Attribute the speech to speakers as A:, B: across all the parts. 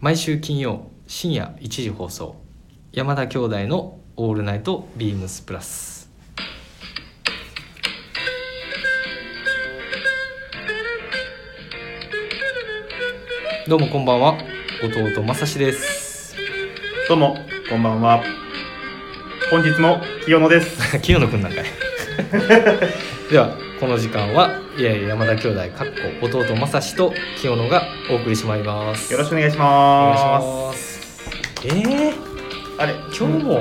A: 毎週金曜深夜1時放送山田兄弟の「オールナイトビームスプラス」どうもこんばんは弟まさしです
B: どうも、こんばんは。本日も清野です。
A: 清野くんなんかい ではこの時間はいやいや山田兄弟かっこ弟まさしと清野がお送りしてまいります
B: よろしく
A: く
B: お願いし
A: お願
B: ま
A: いし
B: す。
A: ますえー、
B: あれ、
A: 今日も、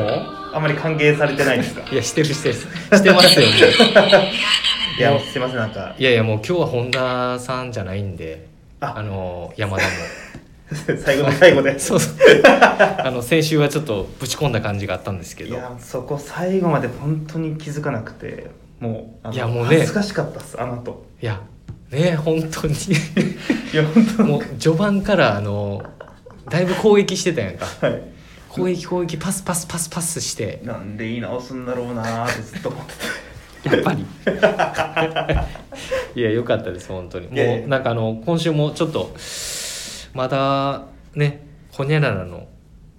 B: あまり歓迎されてないですか
A: いやしてるしてるしてますよ、
B: いや、すいません、なんか、
A: いやいやもう今日は本田さんじゃないんであ
B: あ
A: の山田も
B: 最後の最後で。
A: そうそうあの先週はちょっとぶち込んだ感じがあったんですけ
B: い
A: ど
B: や、そこ最後まで本当に気づかなくて、もう、あの
A: いやもうね
B: 恥ずかしかったっす、あの後。
A: いやね本当に
B: いや、本当
A: もう序盤からあのだいぶ攻撃してたやんか
B: はい。
A: 攻撃攻撃パスパスパスパスして
B: なんで言い直すんだろうなーってずっと思って
A: やっぱり いや良かったです本当に
B: いやいや
A: もうなんかあの今週もちょっとまだねほにゃららの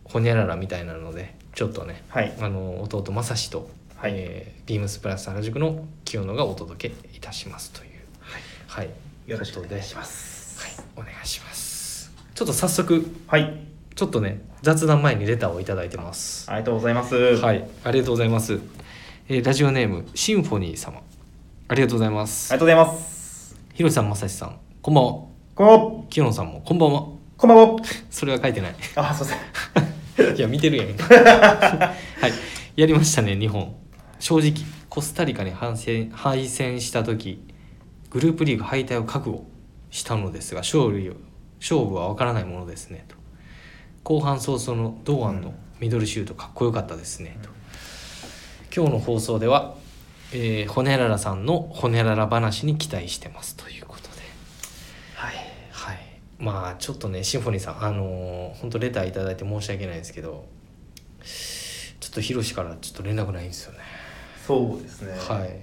A: ほにゃららみたいなのでちょっとね
B: た。はい。
A: あの弟正志と、
B: はい
A: えービームスプラス原宿の清野がお届けいたしますというはい、
B: よろしくお願いします。
A: はい、お願いしますちょっと早速
B: はい。
A: ちょっとね雑談前にレターをいただいてます
B: ありがとうございます。
A: は
B: はい。
A: いありがとうございます、えーラジオネームシンフォニー様ありがとうございま
B: あ
A: す
B: りがとうございます。
A: ひろしさんまさしさんこんばんは
B: こんばんは。
A: 清野さんもこんばんは
B: こんばんは。
A: それは書いてない
B: あ、すいません。
A: いや見てるやん はいやりましたね日本正直コスタリカに敗戦敗戦した時グループリーグ敗退を覚悟したのですが勝利を勝負は分からないものですねと後半早々の堂安のミドルシュートかっこよかったですねと今日の放送では、えー、ホネララさんのホネララ話に期待してますということで
B: はい。
A: はい、まあちょっとねシンフォニーさんあのー、本当レター頂いただいて申し訳ないんですけどちょっとヒロシからちょっと連絡ないんですよね、
B: そうですね。
A: はい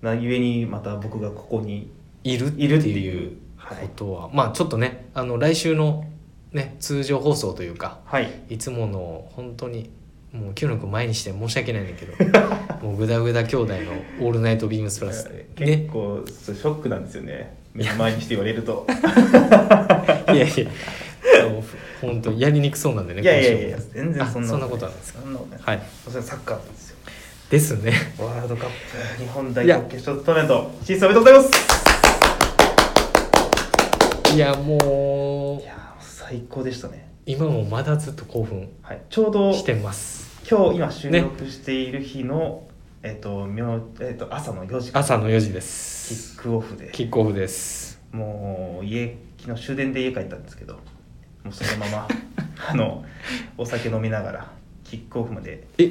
B: なゆえにまた僕がここに
A: いるって
B: いるって
A: い
B: いうう
A: ことは、まあちょっとねあの来週のね通常放送というか
B: はい
A: いつもの本当にもう清野君前にして申し訳ないんだけど もうグダグダ兄弟の「オールナイトビームスプラス」
B: 結構そうショックなんですよね目の前にして言われる と
A: いやいやあのふ本当やりにくそうなんでね
B: いやいやい
A: 今
B: や
A: 週も
B: 全然そ
A: あ
B: んな
A: そんなことなんですか
B: そんなことない
A: はい
B: それサッカーなんですよ
A: ですね
B: ワールドカップ日本代
A: いや
B: 表決勝トーナメント審査おめでとうございます
A: いやも
B: いうやー最高でしたね
A: 今もまだずっと興奮
B: はいちょうど
A: してます
B: 今日今収録している日の、えっとみょえっと朝の4時から
A: 朝の4時で
B: キ
A: す
B: ックオフで
A: キックオフです
B: もう家昨日終電で家帰ったんですけどもうその ままあのお酒飲みながらキックオフまで
A: え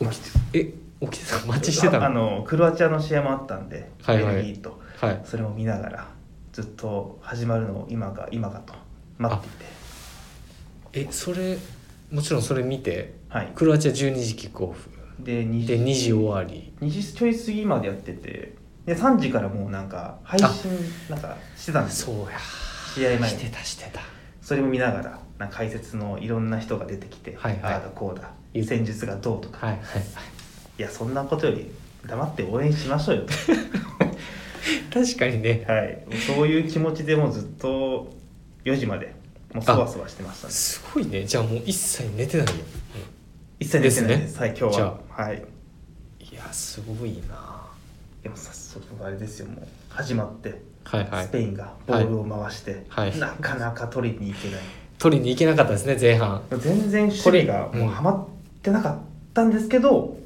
A: 起きてえ起きてた待ちしてた
B: あ
A: の
B: のクロアチアの試合もあったんで、
A: はいはい
B: ベルギーと
A: はい
B: それも見ながらずっと始まるのを今か今かと待っていて
A: えそれもちろんそれ見て
B: はい
A: クロアチア12時キックオフ
B: で2時
A: で2時終わり
B: 2時ちょい過ぎまでやっててで3時からもうなんか配信なんかしてたんですよ
A: そうや
B: 試合前
A: し
B: に
A: てたしてた
B: それも見ながらなんか解説のいろんな人が出てきて、
A: はいはい
B: ああだこうだ戦術がどうとか
A: はいはい
B: いやそんなことより黙って応援しましょうよ と
A: 確かにね
B: はいそういう気持ちでもうずっと4時までもうそわそわしてましたね
A: すごいねじゃあもう一切寝てないよ
B: 一切寝てないです
A: ですね
B: はい今日
A: じ
B: は
A: ゃ
B: はい
A: いやすごいな
B: でも早速あれですよもう始まって
A: はいは
B: ス
A: い
B: ペインがボールを回して、
A: はい
B: なかなか取りに行けない、
A: 取りに行けなかったですね前半
B: 全然守備が
A: これ
B: もう
A: うん
B: はまってなかったんですけど、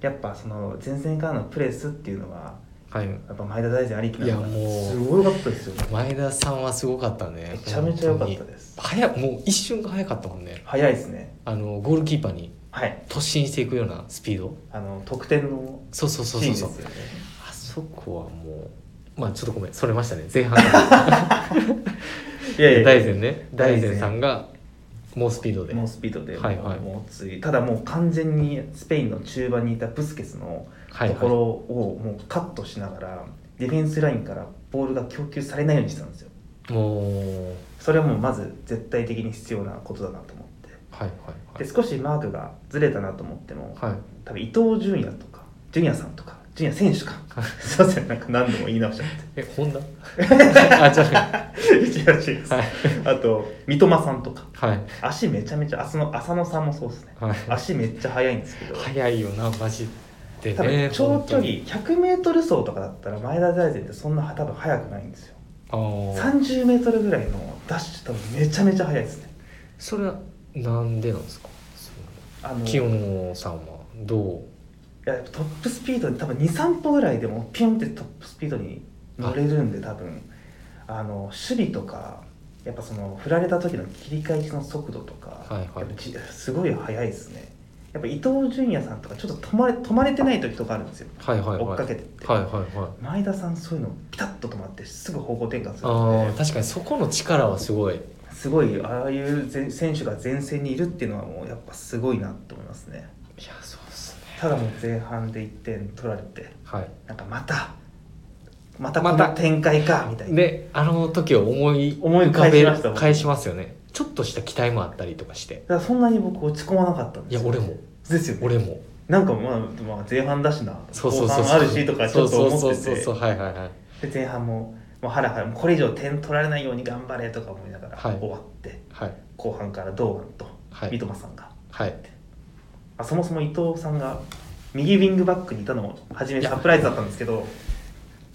B: やっぱその前線からのプレスっていうのは
A: はい
B: やっぱ前田大然ありきなんだ
A: いやもう
B: すごい良かったですよね
A: 前田さんはすごかったね
B: めちゃめちゃ良かった
A: 本
B: です
A: 当に早もう一瞬が早かったもんね
B: 早いですね
A: あのゴールキーパーに
B: はい
A: 突進していくようなスピード
B: あの得点の
A: そうそうそう
B: シー
A: そ
B: ン
A: うそう
B: ですよね
A: あそこはもうまあちょっとごめんそれましたね前半 から
B: いやいや
A: 大然ね大
B: 大然
A: 然さんが猛スピードで
B: もうスピードで、
A: はいはい
B: もうついただもう完全にスペインの中盤にいたブスケスの
A: はい
B: と
A: は
B: ころ
A: い
B: をもうカットしながら、ディフェンスラインからボールが供給されないようにしてたんですよ
A: もう
B: それはもうまず絶対的に必要なことだなと思って
A: はいはい
B: で少しマークがずれたなと思っても、
A: はいはい
B: 多分伊東純也とかジュニアさんとかジュニア選手かすいませんなんか何度も言い直しちゃっ
A: え本 田あじゃ
B: て違う違う
A: あはい
B: あと三笘さんとか
A: はい
B: 足めちゃめちゃ浅野浅野さんもそうですね
A: はい
B: 足めっちゃ速いんですけど
A: 早いよなマジで
B: 多分
A: ね
B: 長距離 100m 走とかだったら前田大然ってそんな多分速くないんですよ
A: 本当にああ
B: 30m ぐらいのダッシュ多分めちゃめちゃ速いですね
A: それはなんでなんですかそ
B: あ
A: の
B: の
A: 清
B: い
A: 野さんはど
B: やトップスピードで多分23歩ぐらいでもピュンってトップスピードに乗れるんで多分あの守備とかやっぱその振られた時の切り返しの速度とか、
A: はいはい
B: やっぱじすごい速いですねやっぱ伊東純也さんとかちょっと止まれ止まれてない時とかあるんですよ
A: うはいはいはい
B: 追っ
A: はい
B: か
A: は
B: け
A: い
B: てって、
A: はいはい
B: 前田さんそういうのピタッと止まってすぐ方向転換する
A: あ
B: の
A: あ確かにそこの力はすごい
B: ですごいああいう前選手が前線にいるっていうのはもうやっぱすごいなと思いますね
A: いやそうっすね
B: ただもう前半で1点取られて
A: はい
B: なんかまたまたこ
A: また
B: の展開かみたいな、
A: であの時を思い
B: 思い
A: 浮かべ
B: 返しました
A: 返しますよねちょっとした期待もあったりとかして
B: だからそんなに僕落ち込まなかったん
A: い
B: です
A: や
B: よ
A: 俺も
B: ですよね
A: 俺も
B: なんかまあ、まあ、前半だしな
A: そうそう
B: 後
A: そう
B: 半あるしとかちょっと思って
A: そうそうそう
B: て
A: そうはいはいはい
B: で前半ももうハラハラもうこれ以上点取られないように頑張れとか思いながら
A: はい
B: 終わって、
A: はい
B: 後半から堂安と
A: はい
B: 三笘さんが、
A: はい
B: あそもそも伊藤さんが右ウィングバックにいたのも初め
A: いや
B: サプライズだったんですけど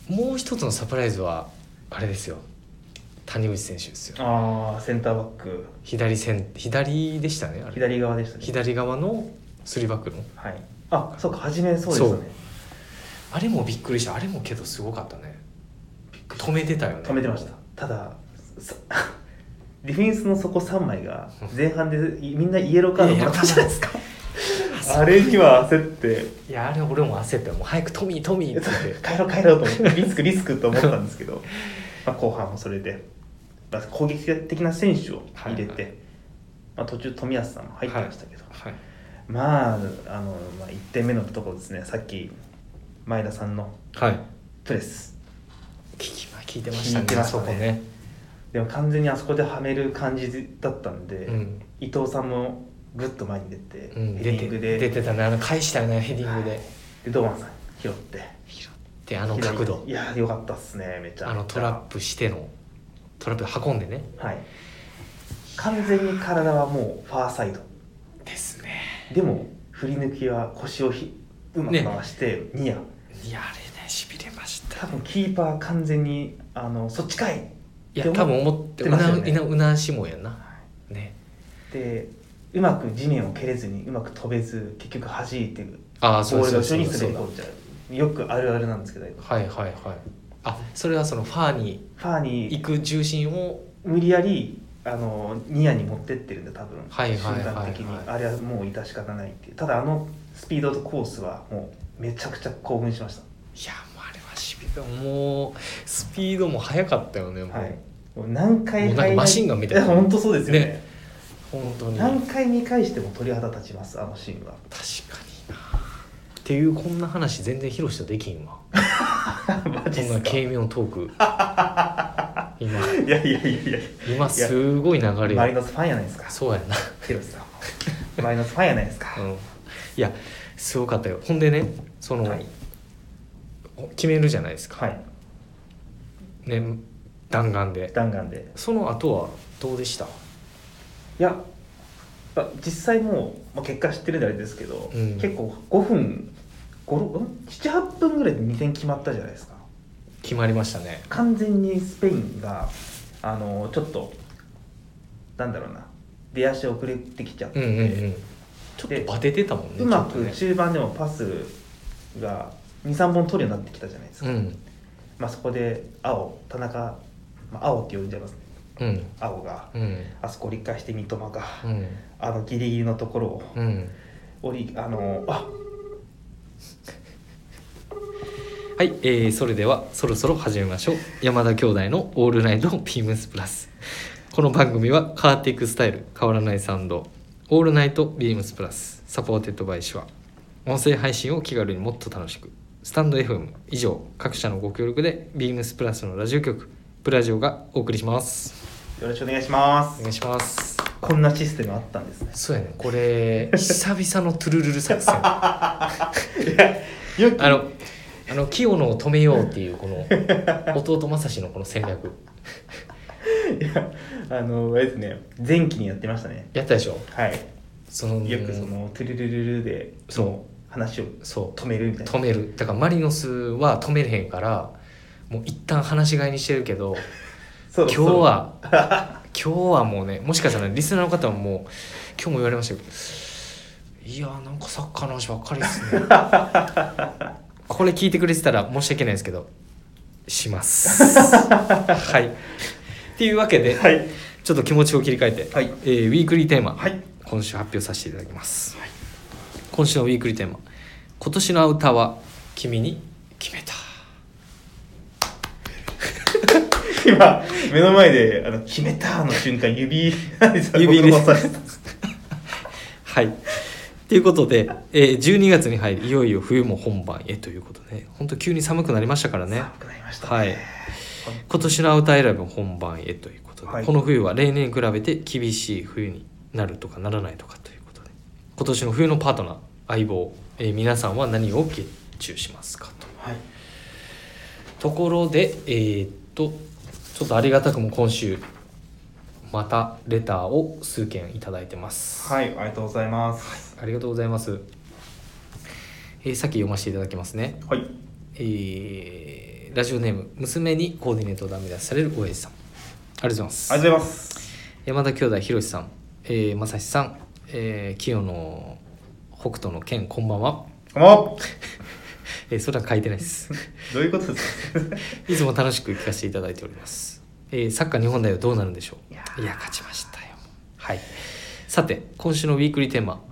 A: もう一つのサプライズはあれですよ谷口選手ですよ
B: ああセンターバック
A: 左線左でしたねあれ
B: 左側でしたね
A: 左側の3バックの
B: はいあそうか初めそうでしたね
A: あれもびっくりしたあれもけどすごかったね止めてたよね
B: 止めてましたたださ ディフェンスの底3枚が前半でみんなイエローカードもらったじゃないですかあれには焦って
A: いやあれ俺も焦ったよもう早くトミートミーって言って
B: 帰ろう帰ろうと思ってリスクリスクと思ったんですけど まあ後半もそれで、まあ、攻撃的な選手を入れて、
A: はいはい
B: まあ、途中冨安さんも入ってましたけど、
A: はい
B: まああの、まあ、1点目のところですねさっき前田さんの
A: はい
B: プレス
A: 聞きま聞いてましたね
B: 聞いてました
A: そ
B: ね
A: こね
B: でも完全にあそこではめる感じだったんで、
A: うん、
B: 伊藤さんもぐっと前に出て、
A: うん、
B: ヘ
A: 出
B: ディ
A: て
B: ングで
A: 出てたねあの返したよねヘディングで、
B: はいで堂安さん拾って
A: 拾ってあの角度
B: いやよかったっすねめちゃ
A: あのトラップしてのトラップで運んでね
B: はい完全に体はもうファーサイド
A: ですね
B: でも振り抜きは腰をひうまく回してニア、
A: いやあれねしびれました
B: 多分キーパー完全にあのそっちかい
A: いや多分思って
B: 出
A: う
B: ます
A: な
B: よ
A: う
B: ね
A: なうなしもやなね
B: でうまく地面を蹴れずにうまく飛べず結局弾いて
A: ああ
B: ボ
A: そ
B: ー
A: う
B: ルが
A: そうそう
B: 後ろに
A: だ
B: 滑
A: そう
B: り
A: だ
B: 込んじゃうよくあるあるなんですけど
A: はいはいはいあそれはそのファーに
B: ファー
A: 行
B: に
A: く重心を
B: 無理やりあのニアに持ってってるんで多分、
A: はいはいはいはい
B: 瞬間的にあれはもう致し方ないっていうただあのスピードとコースはもうめちゃくちゃ興奮しました
A: いやもうあれはしびれもうスピードも速かったよねもう、
B: はいもう何回
A: もうなんかマシンガンみたいな
B: や本当そうですよね
A: ね本当に
B: 何回見返しても鳥肌立ちますあのシー ンは
A: 確かになっていうこんな話全然広したできんわ
B: マ
A: こんな軽妙トーク今
B: いやいやいやいや
A: 今すごい流れ
B: マリノスファンやないですか
A: そうやな、
B: ヒロシさんもマリノスファンやないですか、
A: うん、いやすごかったよほんでねその、
B: はい
A: 決めるじゃないですか、
B: はい
A: ね弾丸で
B: 弾丸で
A: その後はどうでした
B: いやまあ実際もう、まあ、結果知ってるんであれですけど、
A: うん
B: 結構5分78分ぐらいで2点決まったじゃないですか
A: 決まりましたね
B: 完全にスペインがあのちょっとなんだろうな出足遅れてきちゃって、
A: うんうんうんちょっとバテてたもんね
B: うま
A: ちょっと
B: く
A: ね
B: 中盤でもパスが23本取るようになってきたじゃないです
A: う
B: か、
A: ん
B: まあ、そこで青田中、まあ、青って呼んじゃいますね
A: うん
B: 青が
A: うん
B: あそこを理解して三笘が、
A: うん
B: あのギリギリのところを
A: うん
B: 折りあのあ
A: はい、えーそれではそろそろ始めましょう山田兄弟の「オールナイトビームスプラス」この番組は変わっていくスタイル変わらないサウンド「オールナイトビームスプラス」サポーテッドバイシュア音声配信を気軽にもっと楽しくスタンド FM 以上各社のご協力でビームスプラスのラジオ局プラジオがお送りします
B: よよろしくお願いしま
A: お
B: す
A: 願いします
B: こんなシステムあったんですね
A: そうやねこれ久々のトゥルルル作 戦あ
B: よき
A: のあの清野を止めようっていうこの弟正志のこの戦略
B: いやあのあれですね前期にやってましたね
A: やったでしょ
B: はい
A: その
B: よくそのトゥルルルルで
A: そう
B: う話を
A: そう
B: 止めるみたいな
A: 止めるだからマリノスは止めれへんからもう一旦話し飼いにしてるけど
B: そう
A: 今日は 今日はもうねもしかしたらリスナーの方ももう今日も言われましたけどいやーなんかサッカーの話ばっかりですね これ聞いてくれてたら申し訳ないですけどします はいっていうわけで、
B: はい
A: ちょっと気持ちを切り替えて、
B: はい
A: えーウィークリーテーマ、
B: はい
A: 今週発表させていただきます、今週のウィークリーテーマ「今年の歌は君に決めた
B: 今目の前であの「決めた!」の瞬間指
A: 指
B: で
A: で
B: さした」
A: はいということで、えー12月に入りいよいよ冬も本番へということで本当急に寒くなりましたからね
B: 寒くなりましたね
A: はい今年のアウター選ぶ本番へということで、
B: はい
A: この冬は例年に比べて厳しい冬になるとかならないとかということで今年の冬のパートナー相棒、えー皆さんは何を決注しますかと
B: はい
A: ところでえーっとちょっとありがたくも今週またレターを数件いただいてます、
B: はい、ありがとうございます
A: ありがとうございます、えーさっき読ませていただきますね
B: はい
A: えーラジオネーム娘にコーディネートをダメ出しされるおやじさんありがとうございます
B: ありがとうございます
A: 山田兄弟ひろしさん、えー、正志さん、えー、清野北斗の剣こんばんは、
B: こんばんは
A: えー、それは書いてないです
B: どういうことですか
A: いつも楽しく聞かせていただいております、えー、サッカー日本代表どうなるんでしょう
B: い
A: い
B: や
A: や
B: ー
A: 勝ちましたよはいさて今週のウィークリーテーマ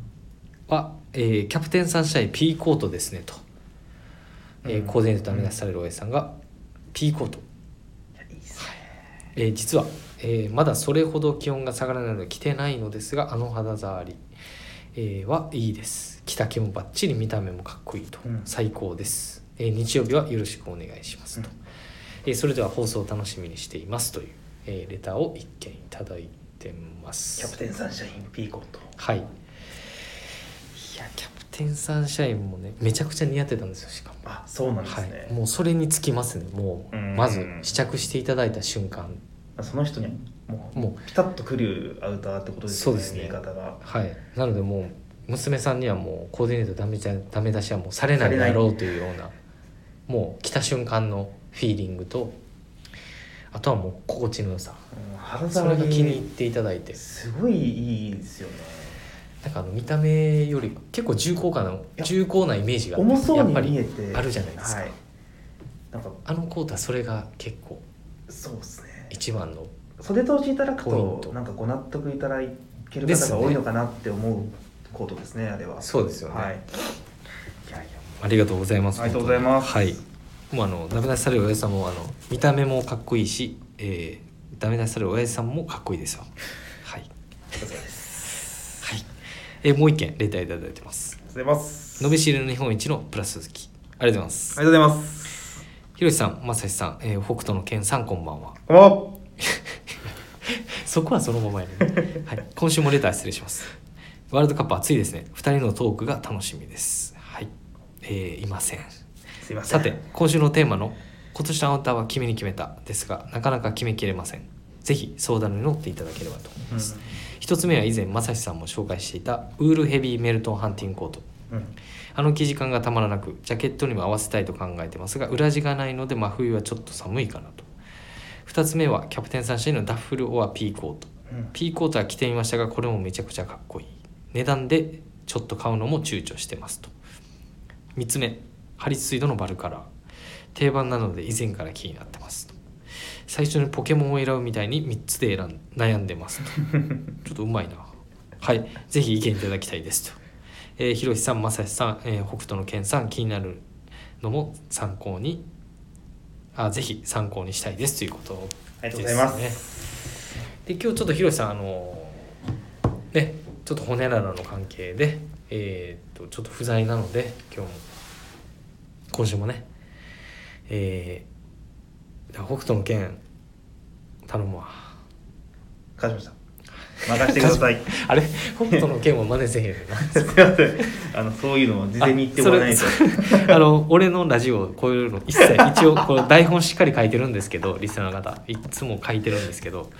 A: は、えー、キャプテンサンシャイン P コートですねと、えー、コーディネートダメ出しされるおやじさんが P コート
B: いいっすね
A: えー実は、えーまだそれほど気温が下がらないので着てないのですがあの肌触り、えーはいいです着丈もバッチリ見た目もかっこいいと、
B: うん
A: 最高です、えー日曜日はよろしくお願いしますと、
B: うん
A: えーそれでは放送を楽しみにしていますという、えーレターを一件いただいてます
B: キャプテンサンシャインピーコット
A: はいいやキャプテンサンシャインもねめちゃくちゃ似合ってたんですよしかも
B: あそうなんです
A: は
B: ね
A: い、、もうそれにつきますねもう
B: うん
A: まず試着していただいた瞬間
B: その人にもう
A: も
B: ピタッとくるアウターってことですよね
A: そうですね
B: 見え方が
A: はい、なのでもう娘さんにはもうコーディネートダメじゃダメ出しはもうされないだろうというようなもう来た瞬間のフィーリングとあとはもう心地の良さ
B: うん肌
A: そ
B: 触
A: れ
B: り
A: が気に入っていただいて
B: すごいいいですよね
A: なんかあの見た目より結構重厚感の
B: や
A: 重厚なイメージが
B: 重そう
A: やっぱ
B: に見
A: り
B: えて
A: あるじゃないですか
B: はい、なんか
A: あのコートはそれが結構
B: そうですね
A: 一番の
B: 袖通しいただく
A: ポイン
B: と
A: ト
B: なんかご納得いただける
A: です
B: 方
A: ね
B: が多いのかなって思うコートですねあれは
A: そうですよね
B: はい、いやいや
A: ありがとうございます
B: ありがとうございます
A: はいもうあのダメ出しされる親父さんもあの見た目もかっこいいし、えー、ダメ出しされる親父さんもかっこいいですよはい
B: お疲れ様です
A: はい、えーもう一件レターいただいてます
B: ありがとうございます
A: のびしろ日本一のプラス好きありがとうございます、
B: ありがとうございます
A: ひろしさんまさしさん、えー北斗の健さんこんばんは
B: こんばんは
A: そこはそのままや ね、はい、今週もレター失礼しますワールドカップ暑いですね二人のトークが楽しみですはい、えーいません
B: すいませ
A: さ
B: ん
A: て 今週のテーマの「今年のアウターは君に決めた」ですがなかなか決めきれませんぜひ相談に乗っていただければと思います、一つ目は以前まさしさんも紹介していたウールヘビーメルトンハンティングコート
B: うん、うん
A: あの生地感がたまらなくジャケットにも合わせたいと考えてますが裏地がないので真冬はちょっと寒いかなと2つ目はキャプテンサンシャインのダッフルオアピーコート
B: うん、
A: ピーコートは着てみましたがこれもめちゃくちゃかっこいい値段でちょっと買うのも躊躇してますと3つ目ハリス水ドのバルカラー定番なので以前から気になってますと最初にポケモンを選ぶみたいに3つで選ん悩んでますと ちょっとうまいなはいぜひ意見いただきたいですと、えー、ひろしさんまさしさん、えー北斗の健さん気になるのも参考にあぜひ参考にしたいですということ
B: あり
A: で
B: が
A: す
B: と
A: ね
B: うございます
A: で今日ちょっとひろしさんあのねちょっと骨ならの関係でえーっとちょっと不在なので今日も今週もね えー、だから北斗の剣頼むわ
B: 勝ちました任せてください
A: あれ 北斗の剣は真似せへんよな
B: すいませんあのそういうのを事前に言ってもらわないと
A: あそれそれあ の俺のラジオこういうの一切一応こう台本しっかり書いてるんですけどリスナーの方いっつも書いてるんですけど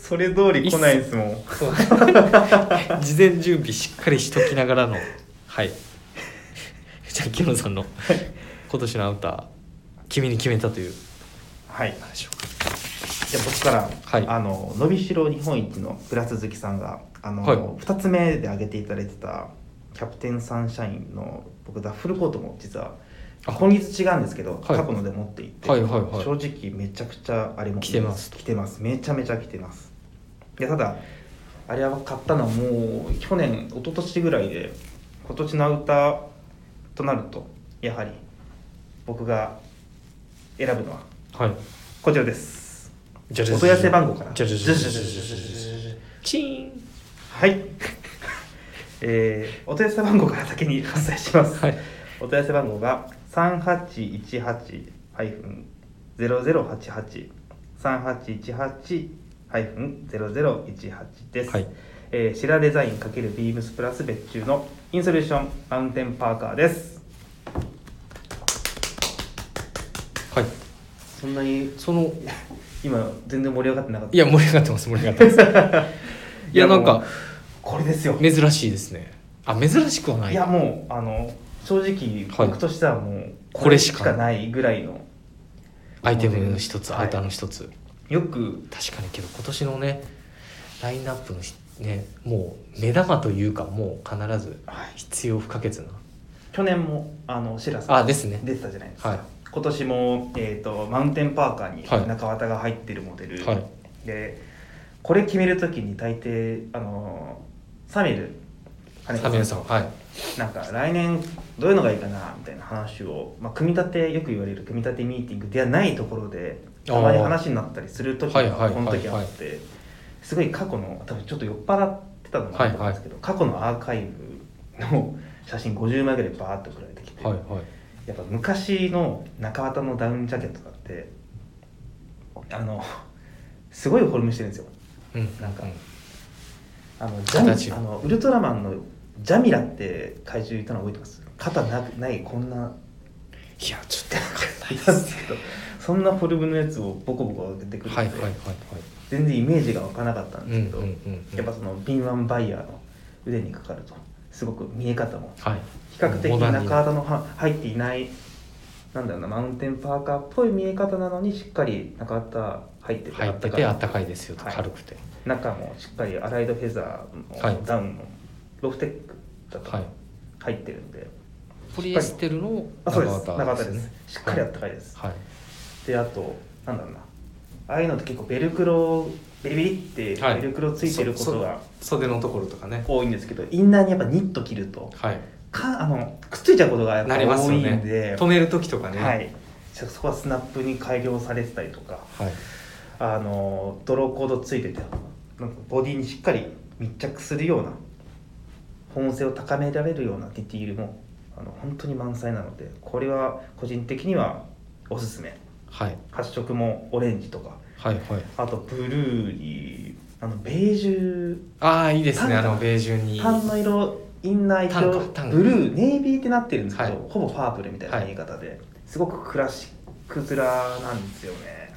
B: それ通り来ないですもん
A: そう事前準備しっかりしときながらのはいじゃあ清野さんの今年のアウター君に決めたという
B: はい
A: 話を
B: じゃあ僕から、
A: はい
B: あの伸びしろ日本一の倉鈴木さんがあの、
A: はい
B: 2つ目で挙げていただいてた「キャプテンサンシャイン」の僕ダッフルコートも実は
A: あ
B: 今月違うんですけど、
A: はい
B: 過去ので持っていて、
A: はいはいはい
B: 正直めちゃくちゃあれも
A: 着てます
B: 着てますめちゃめちゃ着てますいやただあれは買ったのはもう去年一昨年ぐらいで今年のアウターとなるとやはり僕が選ぶのは
A: はい
B: こちらです
A: じゃ
B: お問い合わせ番号から。
A: じゃじゃじゃじゃじゃじゃじゃじゃチーン
B: はい。えー、お問い合わせ番号から先にお伝えします。
A: はい
B: お問い合わせ番号が三八一八ハイフンゼロゼロ八八三八一八ハイフンゼロゼロ一八です。
A: はい
B: えーシラデザインかけるビームスプラス別注のインソレーションマウンテンパーカーです。
A: はい
B: そんなに
A: その
B: 今全然盛り上がってなかった。
A: いや盛り上がってます盛り上がってますいやなん
B: もう
A: か
B: これですよ。
A: 珍しいですねあ珍しくはない
B: いやもうあの正直
A: はい
B: 僕としてはもう
A: これしか
B: ないぐらいの
A: アイテムの一つ
B: はい
A: アウターの一つ、
B: よく
A: 確かにけど今年のねラインナップのしねもう目玉というかもう必ず必要不可欠な
B: 去年もあのシラさん
A: あですね
B: 出てたじゃないですか、
A: はい
B: 今年も、えー、とマウンテンパーカーに
A: はい
B: 中綿が入ってるモデル、
A: はい
B: でこれ決めるときに大抵あのサミュル金子
A: サミュエルさんはい
B: なんか来年どういうのがいいかなみたいな話を、まあ、組み立てよく言われる組み立てミーティングではないところで
A: あー
B: たまに話になったりする時
A: はいはいはい
B: がこの時あってすごい過去の多分ちょっと酔っ払ってたのもあったんですけど、過去のアーカイブの写真50枚ぐらいバーッと送られてきて、
A: はいはい
B: やっぱ昔の中綿のダウンジャケットだってあのすごいフォルムしてるんですよ
A: うん
B: なんか
A: う
B: あのジャミ
A: 形
B: あのウルトラマンのジャミラって怪獣いたの覚えてます肩なないこん ない
A: やちょっとわかんない
B: い
A: で
B: たんですすけどそんなフォルムのやつをボコボコ出てくるんで、
A: はいはいはいはい
B: 全然イメージが湧かなかったん
A: うんう
B: です
A: ん
B: けど、
A: うんうん
B: やっぱその敏腕バイヤーの腕にかかるとすごく見え方も
A: はい
B: 比較的
A: モダンに
B: 中肌のは入っていないなんだろうなマウンテンパーカーっぽい見え方なのにしっかり中肌入ってて
A: 入
B: あ
A: っ
B: った
A: て
B: か
A: てあっ
B: い
A: たかいですよと
B: はい
A: 軽くて
B: 中もしっかりアライドフェザ
A: は
B: ー
A: い
B: のダウンのロフテックだと
A: はい
B: 入ってるんで、
A: ポリエステルの
B: あそう
A: 中
B: です中
A: 綿
B: 綿です
A: ね
B: しっかりあったかいです、
A: はい
B: であとなんだろうなああいうのって結構ベルクロベリベリって
A: はい
B: ベルクロついてることが
A: 袖のところとかね
B: 多いんですけど、インナーにやっぱニット着ると
A: はい
B: かあのくっついちゃうことがやっぱ
A: なります
B: 多
A: よ
B: いん
A: ね
B: で、
A: 止める時とかね
B: はい、そそこはスナップに改良されてたりとか
A: はい
B: あのドローコードついててなんかボディにしっかり密着するような本性を高められるようなディティールもあの本当に満載なのでこれは個人的にはおすすめ
A: はい
B: 発色もオレンジとか
A: はいはい
B: あとブルーにあのベージュ
A: ああいいですね
B: タ
A: あ
B: ンが
A: のベージュに
B: パンの色インナー
A: タン
B: 色
A: クタンク
B: ブルーネイビーってなってるんですけど、
A: はい
B: ほぼパープルみたいな言い方で、すごくクラシック面なんですよね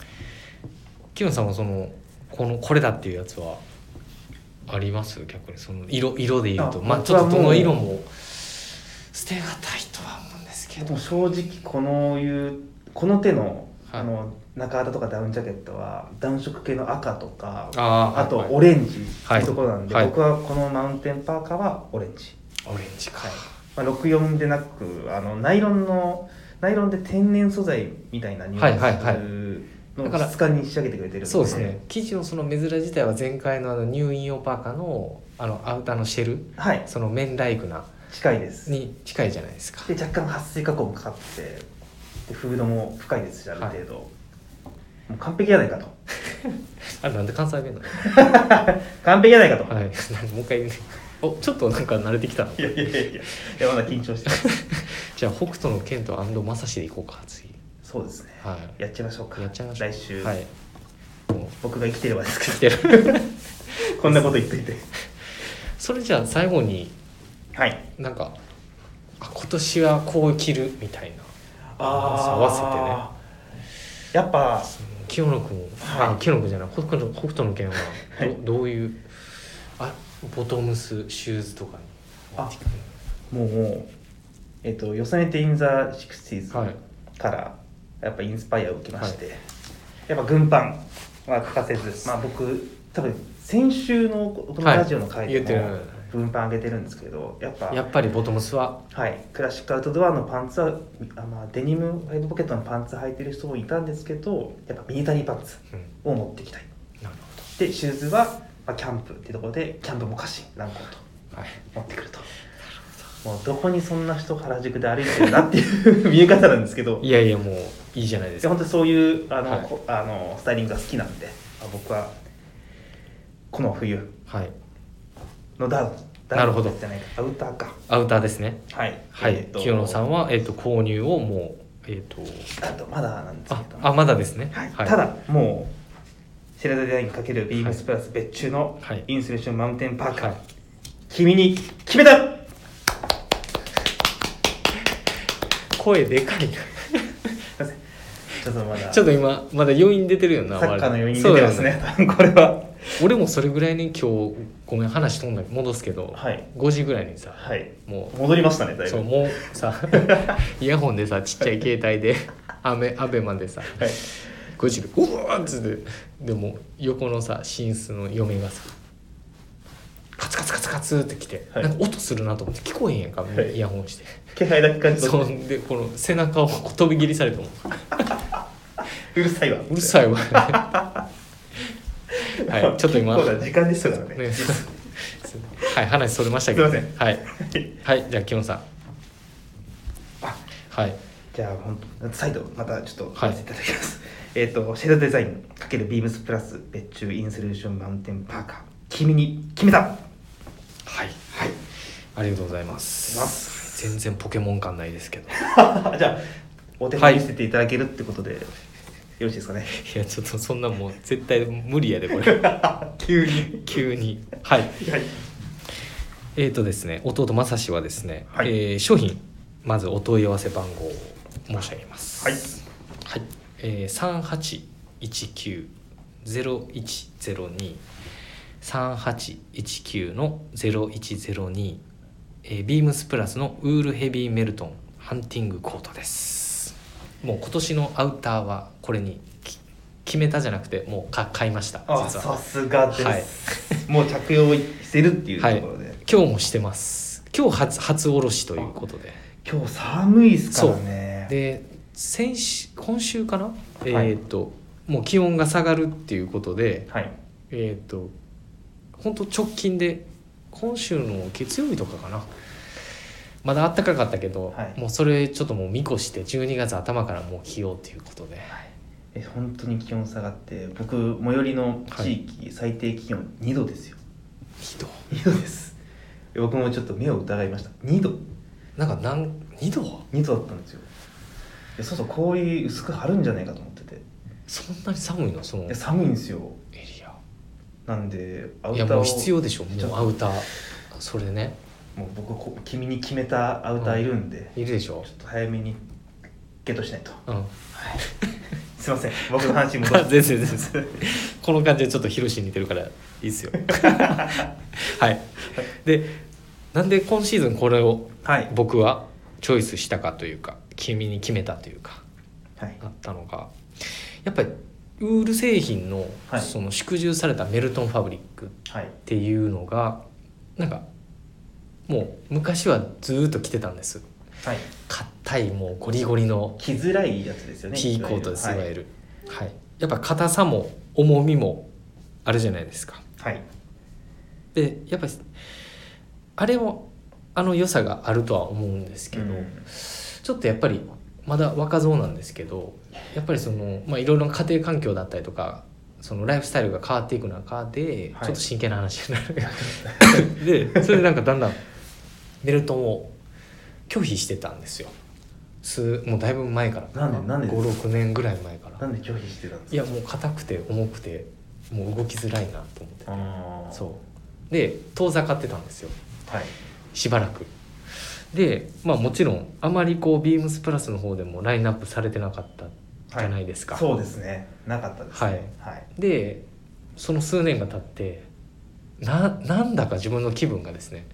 A: キムさんはそのこのこれだっていうやつはあります逆にその色色で言うと
B: あ
A: まあちょっ
B: 僕は
A: とど
B: も
A: の
B: う
A: 色も捨てがたいとは思うんですけ
B: で
A: ど
B: も正直このいうこの手の,、
A: はい
B: あの中肌とかダウンジャケットは暖色系の赤とかあ
A: あー
B: と
A: はいはい
B: オレンジって
A: はい
B: いうところなんで、
A: はい
B: 僕はこのマウンテンパーカーはオレンジ、
A: オレンジか、
B: まあ、64でなくあのナイロンのナイロンで天然素材みたいなニュアンス
A: はいはいはいだか
B: の
A: ら
B: 質感に仕上げてくれてるん
A: そうですね生地のその目面自体は前回のあのニューイン用パーカーのあのアウターのシェル
B: はい
A: その面ライクな
B: 近いです
A: に近いじゃないですか
B: で若干撥水加工もかかっててでフードも深いですしある程度、もう完璧じゃないかと
A: あれなんで関西弁なの
B: 完璧じゃないかと、
A: はいなんでもう一回言うねおちょっとなんか慣れてきたない
B: やいやいやいやいやまだ緊張してます
A: じゃあ北斗の剣と安藤正史でいこうか次
B: そうですね
A: はい
B: やっちゃいましょうか
A: やっちゃいましょう
B: 来週、
A: はいもう
B: 僕が生きてればですけど
A: 来てる
B: こんなこと言っといて
A: それじゃあ最後に
B: はい
A: なんかあ今年はこう着るみたいな合わ
B: せてねやっぱ
A: せてね清野君、
B: はい
A: あ清野君じゃない北斗の北斗の拳はど,、
B: はい
A: どういうあボトムスシューズとかに
B: あもうえっと「よさねて・イン・ザ・シクスティーズ」
A: はい
B: からやっぱインスパイアを受けまして、やっぱ軍パンは欠かせず、まあ、僕多分先週のこの
A: はい
B: ラジオの回で
A: 言って
B: も
A: る
B: 軍パン上げてるんですけどやっぱ
A: やっぱりボトムスは
B: はい、クラシックアウトドアのパンツはあ、まあ、デニムファイブポケットのパンツ履いてる人もいたんですけどやっぱミリタリーパンツ
A: うん
B: を持っていきたい
A: なる
B: でシューズは、まあ、キャンプってところでキャンプも家臣ランコート
A: ほどはい
B: 持ってくるともうどこにそんな人原宿で歩いてるなっていう見え方なんですけど
A: いやいやもういいじゃないですか
B: で本当にそういうあの、
A: はい
B: こあのスタイリングが好きなんであ僕はこの冬
A: はい
B: のダウン
A: なるほど
B: ダウンじゃないかアウターか
A: アウターですね
B: はい、
A: はい、
B: えーと
A: 清野さんは、えっと購入をもうえっ、と
B: あとまだなんですけ
A: あ
B: ど
A: あまだですね
B: はいただもうシェラダデザインかけるビームスプラス別注の
A: はい
B: インスレーションマウンテンパーカー、
A: はい
B: 君に決めた
A: 声でかいな
B: ちょっとまだ
A: ちょっと今まだ余韻出てるよな
B: サッカーの余韻
A: 我
B: 出
A: 々
B: てます
A: そうだよ
B: ね多分これは
A: 俺もそれぐらいに今日ごめん話飛んだ戻すけど、
B: はい
A: 5時ぐらいにさ
B: はい
A: も
B: 戻りましたねだ
A: う
B: い
A: そ
B: ぶ
A: うもう さイヤホンでさちっちゃい携帯で アメアベマでさ
B: はい
A: 5時で「うわ!」っつってでも横のさ寝室の嫁がさカツカツカツカツって来て、
B: はい
A: なんか音するなと思って聞こえへんやんか、
B: はい
A: イヤホン して。
B: 気配だけ感じ
A: そ
B: 取っ
A: んでこの背中を飛び蹴りされても
B: てうるさいわ
A: うるさいわ、 はいちょっと今
B: 結構な時間でしたからね
A: ね はい話それましたけど
B: すいません
A: はい、はい、じゃあキムさん
B: あ
A: はい
B: じゃあ本当再度またちょっとお話しいただきます、えっ、とシェードデザイン×ビームスプラス別注インスレーションマウンテンパーカー君に決めたは
A: は
B: い
A: いありがとうございます
B: ま
A: 全然ポケモン感ないですけどい
B: あ じゃあお手本見せていただけるってことで、よろしいですかね
A: やちょっとそんなもう絶対無理やでこ れ
B: 急に
A: 急にはい
B: はい
A: えーとですね弟正志はですね、
B: はい
A: えー商品まずお問い合わせ番号を申し上げます
B: はい
A: はい、えー、3819-0102 3819の0102えービームスプラスのウールヘビーメルトンハンティングコートですもう今年のアウターはこれにき決めたじゃなくてもうか買いました
B: あ
A: 実
B: さ
A: は
B: すがです、
A: はい
B: もう着用してるっていうところで、
A: 今日もしてます今日初初おろしということで
B: 今日寒いですからね
A: で先週今週かな、え
B: はい
A: ーっともう気温が下がるっていうことで
B: はい
A: えーっと本当直近で今週の月曜日とかかなまだ暖かかったけど、
B: はい
A: もうそれちょっともう見越して12月頭からもう着ようということで
B: え本当に気温下がって僕最寄りの地域、最低気温2度ですよ
A: ひどい
B: 2度です僕もちょっと目を疑いました2度
A: なんかなん2度
B: 2度だったんですよでそうそう氷薄く張るんじゃないかと思ってて
A: そんなに寒いのそのエ
B: で寒いんですよ
A: リア
B: なんでアウ
A: い
B: タ
A: や
B: ー
A: も
B: を
A: う必要でしょ
B: ちょっ
A: もう
B: と
A: アウターそれね
B: もう僕こ君に決めたアウターいるんで、
A: いるでしょ
B: ちょっと早めにゲットしないと
A: うん
B: すいません 僕の話に戻
A: 全
B: って
A: 然全然この感じはちょっとヒロシに似てるからいいっすよ はいでなんで今シーズンこれを
B: はい
A: 僕はチョイスしたかというか君に決めたというか
B: はい
A: あったのがやっぱりウール製品の
B: はい
A: その縮充されたメルトンファブリックっ
B: はい
A: ていうのがなんかもう昔はずーっと着てたんです
B: はい
A: 硬いもうゴリゴリの
B: 着づらいやつですよね
A: T コートですい
B: いわ
A: わ
B: ゆ
A: ゆ
B: る
A: る、はいやっぱ硬さも重みもあるじゃないですか
B: はい、はい
A: でやっぱりあれもあの良さがあるとは思うんですけど、
B: うん
A: ちょっとやっぱりまだ若造なんですけどやっぱりそのまあいろいろな家庭環境だったりとかそのライフスタイルが変わっていく中で、
B: はい
A: ちょっと真剣な話になる でそれでなんかだんだんベルトンを拒否してたんですよすもうだいぶ前から
B: なんでなんでですか
A: 56年ぐらい前から
B: なんで拒否してたんです
A: いやもう硬くて重くてもう動きづらいなと思って
B: あー
A: そうで遠ざかってたんですよ
B: はい
A: しばらくでまあもちろんあまりこうビームスプラスの方でもラインナップされてなかったじゃないですか、
B: そうですねなかったですねはい
A: でその数年が経ってななんだか自分の気分がですね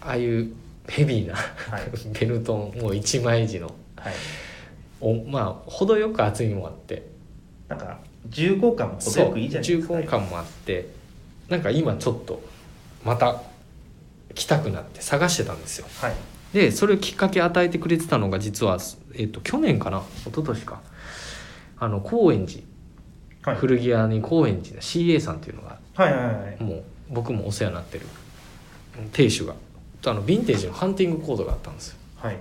A: ああいうヘビーな
B: はい
A: ベルトンもう一枚地の
B: はい
A: おまあ程よく厚みもあって
B: なんか重厚感も程よくいいじゃないですか
A: そう重厚感もあってなんか今ちょっとまた来たくなって探してたんですよ
B: はい
A: でそれをきっかけ与えてくれてたのが実は、えっと去年かな一昨年かあの高円寺、
B: はい
A: 古着屋に高円寺の CA さんっていうのが
B: はいはいはいはい
A: もう僕もお世話になってる亭主があのヴィンテージのハンティングコードがあったんですよ
B: はい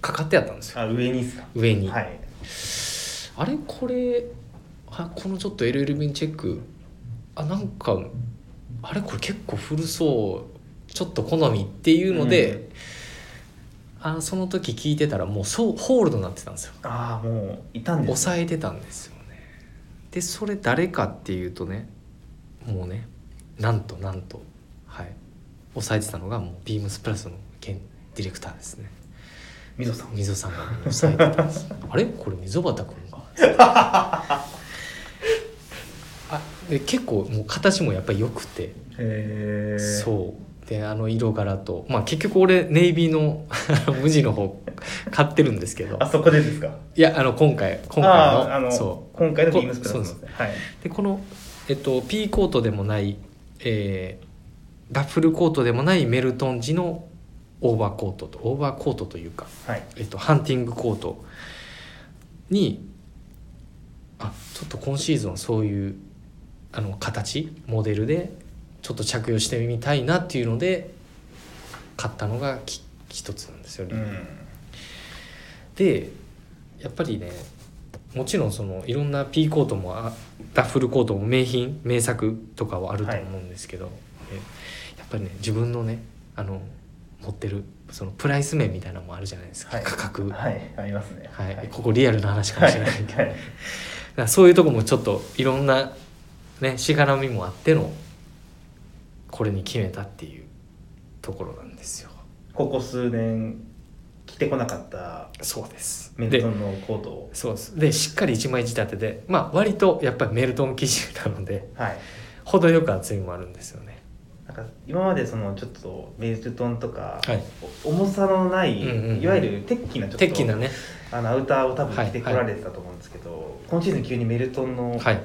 A: かかってあったんですよ
B: あ上にですか
A: 上に、
B: はい
A: あれこれあこのちょっと LL 便チェックあなんかあれこれ結構古そうちょっと好みっていうので、
B: うん
A: あその時聞いてたらもうそうホールドになってたんですよ
B: ああもういたんです
A: 抑えてたんですよねでそれ誰かっていうとねもうねなんとなんとはい抑えてたのがもうビームスプラスの現ディレクターですね
B: みぞさん
A: 溝さんが抑えてたんです あれこれ溝端君があで結構もう形もやっぱり良くて、
B: へえ
A: そうであの色柄とまあ結局俺ネイビーのあの無地の方買ってるんですけど
B: あそこでですか
A: いやあの今回今回
B: あー
A: の
B: あの
A: そう
B: 今回のビームスプラスの
A: そう
B: はい
A: でこの、えっと、ピーコートでもない、えーダッフルコートでもないメルトン地のオーバーコートとオーバーコートというか、
B: はい
A: えっと、ハンティングコートにあちょっと今シーズンはそういうあの形モデルでちょっと着用してみたいなっていうので買ったのがき一つなんですよ、
B: うん
A: でやっぱりねもちろんそのいろんな P コートもあダッフルコートも名品名作とかはあると思うんですけど、えやっぱりね自分のねあの持ってるそのプライス面みたいなのもあるじゃないですか、
B: はい
A: 価格、は
B: はいありますね
A: い
B: はい
A: ここリアルな話か
B: は
A: も
B: い
A: しれないけど、だか
B: はい
A: らそういうとこもちょっといろんな、ね、しがらみもあってのこれに決めたっていうところなんですよ。
B: ここ数年着てこなかった
A: そうです
B: メ
A: で
B: ルトンのコートを
A: そうですでしっかり一枚仕立てでまあ割とやっぱりメルトン生地なので
B: はい
A: 程よく厚みもあるんですよね
B: なんか今までそのちょっとメルトンとか、
A: はい
B: お重さのない、
A: うんうんうん
B: いわゆる鉄器なちょっと
A: 鉄器なね
B: あのアウターを多分着てこ
A: はいはい
B: られてたと思うんですけど、今シーズン急にメルトンの
A: はい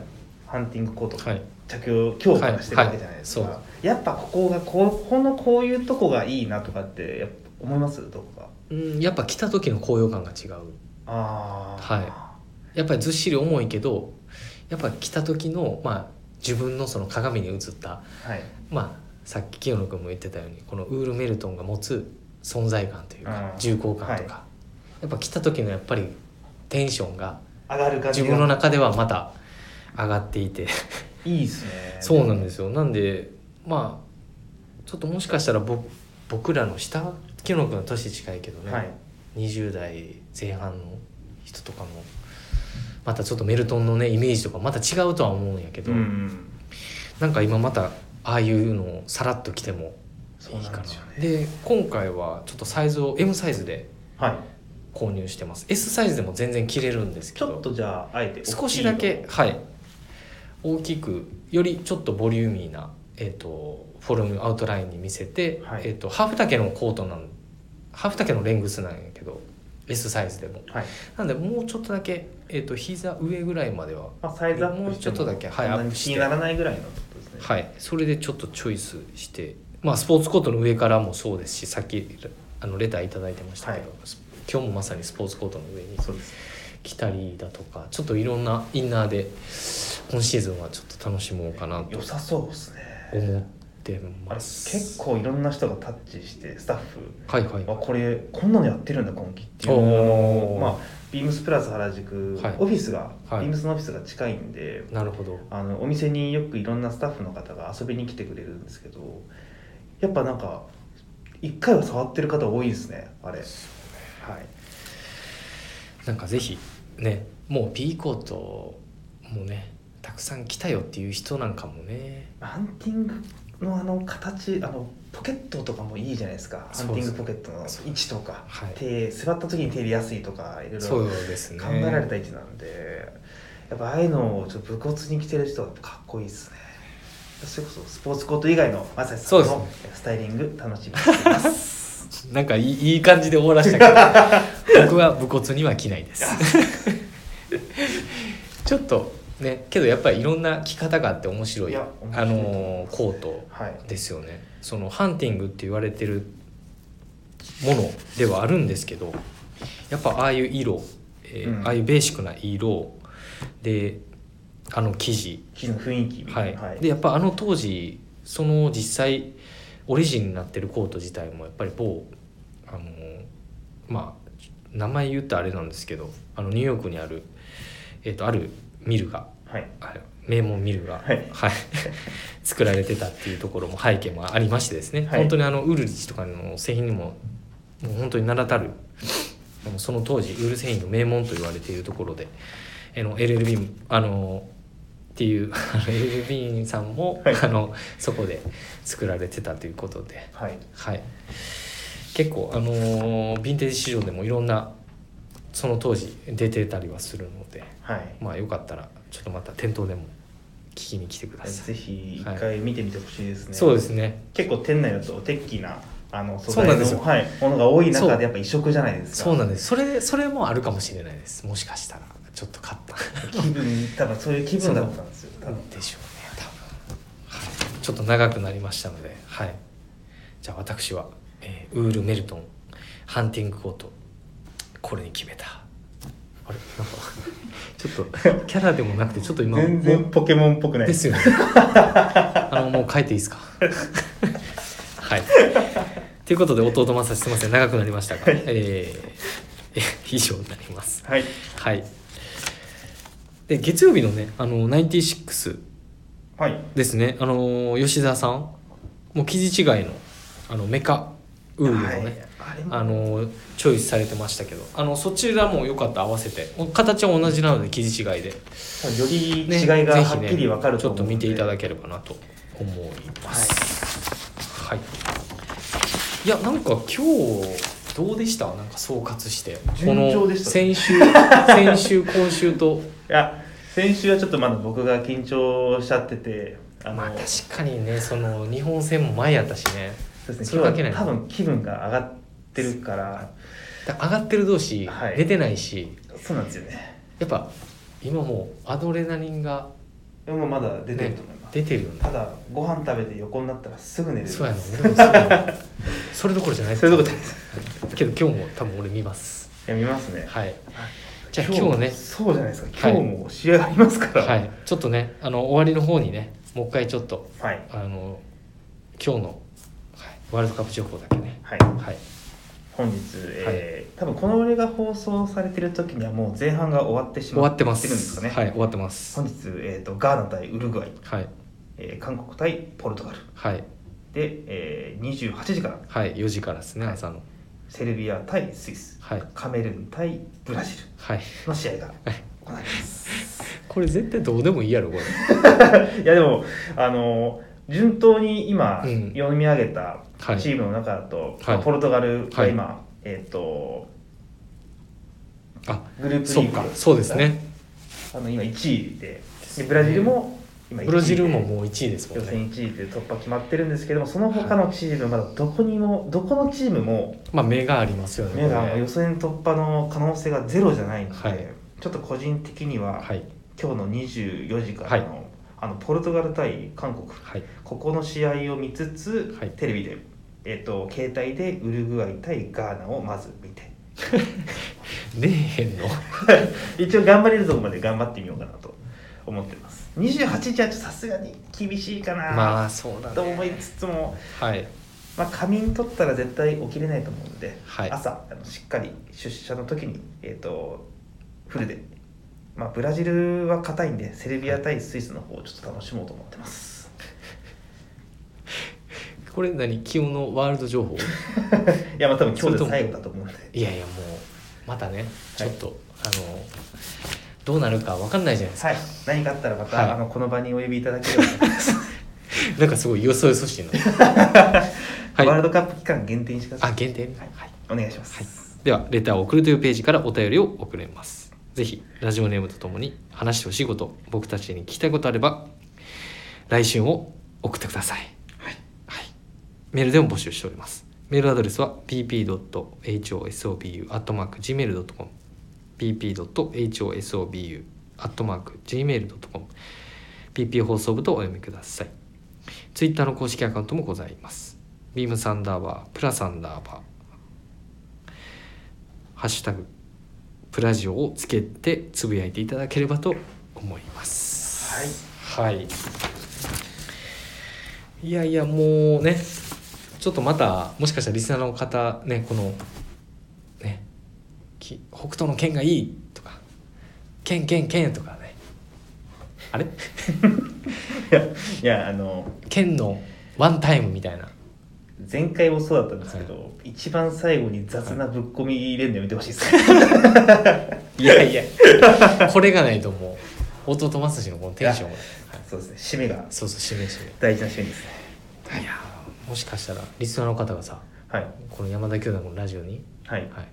B: ハンティングコート
A: はい
B: 着用強化してるわけじゃないですか、
A: はいはい
B: やっぱここがここのこういうとこがいいなとかってやっぱ思いますどこか
A: うんやっぱ着た時の高揚感が違う
B: ああ
A: はやっぱりずっしり重いけどやっぱ着た時のまあ自分のその鏡に映った
B: いはい
A: まあさっき清野君も言ってたようにこのウールメルトンが持つ存在感というか
B: うん
A: 重厚感とか、やっぱ着た時のやっぱりテンションが
B: 上がる感じ
A: 自
B: が
A: 分の中ではまた上がっていて
B: いいですね
A: そうなんですすよなんでまあちょっともしかしたら僕僕らの下木野君は年近いけどね、
B: はい
A: 20代前半の人とかもまたちょっとメルトンのねイメージとかまた違うとは思うんやけど、
B: うんうん
A: なんか今またああいうのをさらっと着てもい
B: そう
A: い
B: な
A: か
B: ん
A: な
B: ですよね
A: で今回はちょっとサイズを M サイズで
B: はい
A: 購入してます S サイズでも全然着れるんですけ
B: ち
A: ど
B: ょっとじゃああえて大きいの
A: 少しだけはい大きくよりちょっとボリューミーな、えー、とフォルムアウトラインに見せて、
B: はい
A: えー、とハーフ丈のコートなんハーフ丈のレングスなんやけど S サイズでも
B: はい
A: なんでもうちょっとだけ、えー、と膝上ぐらいまでは
B: まあ、サイズアップ
A: もうちょっとだけ
B: し
A: はい
B: てもそんな
A: アッ
B: に
A: プし
B: 気
A: て
B: にならないぐらいのってことですね
A: はいそれでちょっとチョイスしてまあスポーツコートの上からもそうですしさっきあのレターいただいてましたけど、
B: は
A: 今日もまさにスポーツコートの上に
B: そうです
A: 来たりだとかちょっといろんなインナーで今シーズンはちょっと楽しもうかなと
B: 良さそうですね
A: 思って
B: あれ
A: ます
B: 結構いろんな人がタッチしてスタッフ
A: はいはい
B: あこれこんなのやってるんだ今季っていう
A: おー
B: まあビームスプラス原宿、
A: はい
B: オフィスが、
A: はい
B: ビームスのオフィスが近いんで
A: なるほど
B: あのお店によくいろんなスタッフの方が遊びに来てくれるんですけどやっぱなんか一回は触ってる方多いですねあれはい
A: なんかぜひねもう P コートもねたくさん来たよっていう人なんかもね
B: ハンティングのあの形あのポケットとかもいいじゃないですかハ
A: そう
B: ン
A: そう
B: ティングポケットの
A: そう
B: 位置とか、
A: はい
B: 手座った時に手入れやすいとかいろい
A: そう
B: ろ
A: ですね
B: 考えられた位置なんで、やっぱああいうのをちょっと武骨に着てる人はかっこいいですねそれこそスポーツコート以外のまさしさん
A: そう
B: のスタイリング楽しみにしています
A: なんかいいいい感じで終わらしたけ ど僕は武骨には着ないですちょっとねけどやっぱりいろんな着方があって面白い
B: いや面白
A: あ
B: いと思います
A: のーコート
B: はい
A: ですよねそのハンティングって言われてるものではあるんですけどやっぱああいう色、えー
B: うん
A: ああいうベーシックな色であの生地
B: 生地の雰囲気み
A: は
B: た
A: い
B: いな、はい
A: でやっぱあの当時その実際オリジンになってるコート自体もやっぱり某あのまあ名前言ってあれなんですけどあのニューヨークにある、えっとあるミルが
B: はい
A: あれ名門ミルが、
B: はい
A: い 作られてたっていうところも背景もありましてですね、
B: はい
A: 本当にあのウルリチとかの製品にももう本当に名だたるあのその当時ウール製品の名門と言われているところであの LLB あのっていう あの LLB さんも、
B: はい
A: あのそこで作られてたということで、
B: はい
A: はい、結構あのーヴィンテージ市場でもいろんなその当時出てたりはするので。
B: はい
A: まあよかったらちょっとまた店頭でも聞きに来てください。
B: ぜひ一回見てみてほしいですね、
A: そうですね。
B: 結構店内だとテッキーなあの素
A: そう
B: 材
A: な
B: の
A: んですよ
B: はい、ものが多い
A: そ
B: 中
A: う
B: でやっぱ異色じゃないですか
A: そうなんです。それそれもあるかもしれないです。もしかしたらちょっと買 った
B: 気分多分そういう気分だったんですよ多分
A: でしょうね。多分。はい。ちょっと長くなりましたので、はい。じゃあ私は、えーウールメルトンハンティングコートこれに決めた。あれなんか ちょっとキャラでもなくてちょっと今
B: 全然ポケモンっぽくない
A: ですよね。あのもう書いていい ですか。はい。ということで弟まさしすみません長くなりましたが、えーえ以上になります。
B: はい
A: はい。で月曜日のねあの96
B: はい
A: ですねあの吉田さんもう生地違いのあのメカウールのね。
B: はい、あれも
A: あのチョイスされてましたけどあのそちらもよかったら合わせて形は同じなので生地違いで
B: より
A: ね
B: 違いが
A: ぜ
B: は
A: ひ
B: っ
A: ね
B: きり分かる
A: ち
B: と
A: ょっと
B: 思うので、
A: 見ていただければなと思いますはい、い、やなんか今日どうでしたなんか総括してこ
B: 順調
A: の
B: でした
A: 先 週先週今週と
B: いや先週はちょっとまだ僕が緊張しちゃっててあの、
A: まあ確かにねその日本戦も前やったしね
B: そうです
A: そ
B: ね
A: れ
B: 今
A: だけ
B: 日
A: なん
B: は
A: だ
B: 多分気分が上がってるから
A: だ上がってる同士、
B: はい
A: 出てないし
B: そうなんですよね
A: やっぱ今もうアドレナリンが、
B: でもまだ出
A: ね、
B: てると思います、
A: 出てるよね
B: ただご飯食べて横になったらすぐ寝れる
A: そうやの俺もそうやのそれどころじゃない
B: それどころじゃない
A: けど今日も多分俺見ます
B: いや見ますね、
A: はい
B: はい
A: じゃあ今日ね
B: そうじゃないですか
A: はい
B: 今日も試合ありますから
A: は
B: はい、
A: い、ちょっとねあの終わりの方にねもう一回ちょっと
B: はい
A: あの今日の、はい、ワールドカップ情報だけね、はい、
B: 本日、えー多分この俺が放送されてる時にはもう前半が終わってし
A: 終
B: ま
A: わ
B: っ
A: って
B: てる
A: ま
B: ん
A: す
B: ですかね、
A: はい、終わってます
B: 本日、えー、とガーナ対ウルグアイ、
A: はい
B: えー韓国対ポルトガル
A: はい
B: で、えー28時から
A: はい4時からですね
B: はい
A: 朝の
B: セルビア対スイス
A: はい
B: カメルーン対ブラジ
A: はい
B: ルの試合が行われます、
A: これ絶対どうでもいいやろこれ
B: い、やでもあのー順当に今
A: うん
B: 読み上げた
A: はい
B: チームの中だと、
A: はい
B: ポルトガルが今、
A: は
B: えっ、と
A: あ
B: グループ
A: そう
B: リーグ
A: かそうですね
B: あの今1位ででブラジルも今1位で
A: ブラジルももう1位ですも
B: 予
A: んね
B: 選1位で突破決まってるんですけどもその他のチームまだどこにもどこのチームも
A: まあ目がありますよね
B: 目が
A: これ
B: 予選突破の可能性がゼロじゃないので、
A: はい
B: ちょっと個人的には、
A: はい
B: 今日の24時からの,、あのポルトガル対韓国
A: はい
B: ここの試合を見つつ、
A: はい
B: テレビで、えっと携帯でウルグアイ対ガーナをまず見て
A: 出えへんの
B: 一応頑張れるとこまで頑張ってみようかなと思ってます28時はちょっとさすがに厳しいかな、
A: まあそうだね
B: と思いつつも、
A: はい
B: まあ、仮眠取ったら絶対起きれないと思うんで、
A: はい
B: 朝あのしっかり出社の時に、えー、とフルで、まあ、ブラジルは硬いんでセルビア対スイスの方をちょっと楽しもうと思ってます、
A: これ何気温のワールド情報
B: い、やまあ多分今日で最後だと思うんで
A: いやいやもうまたねちょっと、あのどうなるか分かんないじゃないですか
B: はい、何かあったらまた、
A: はい
B: あのこの場にお呼びいただ ければと思います、
A: なんかすごいよそよそ しいな
B: ワール
A: はい
B: ドカップ期間限定にしてください
A: あ限定
B: はい
A: はい
B: お願いします、
A: はいではレターを送るというページからお便りを送れますぜひラジオネームとともに話してほしいこと僕たちに聞きたいことあれば来春を送ってください、はいメールでも募集しておりますメールアドレスは pp.hosobu.gmail.com pp.hosobu.gmail.com pp 放送部とお読みくださいツイッターの公式アカウントもございますビームサンダーバープラサンダーバーハッシュタグプラジオをつけてつぶやいていただければと思います。はい。はい。いやいやもうね、ちょっとまたもしかしたらリスナーの方ねこのねき北斗の剣がいいとか剣剣剣とかねあれ
B: いやいやあの
A: 剣のワンタイムみたいな
B: 前回もそうだったんですけど、一番最後に雑なぶっ込み入れるのやめてほしいですね
A: いやいやこれがないともう弟正志のこのテンションが、はい
B: そうですね締めが
A: そうそう指名指名
B: 大事な締めですね
A: いやーもしかしたらリスナーの方がさ
B: はい
A: この山田兄弟のラジオに、
B: はい
A: はい、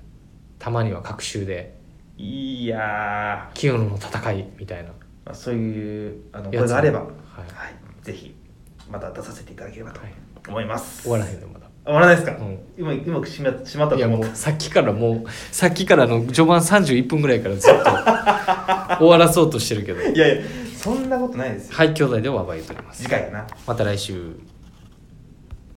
A: たまには隔週で
B: いや
A: 清野の戦いみたいな
B: ーまあそういうあのこ
A: やつ
B: れがあれば、
A: は
B: はいいぜひまた出させていただければと
A: はい
B: 思います、
A: 終わらへんのまだ
B: 終わらないですか、
A: うん
B: 今今閉ま閉まった
A: い
B: と
A: や
B: 思
A: も
B: っ
A: う
B: た
A: さっきからもうさっきからの序盤31分ぐらいからずっと終わらそうとしてるけど
B: いやいやそんなことないですよ
A: はい兄弟でお暴いております
B: 次回やな
A: また来週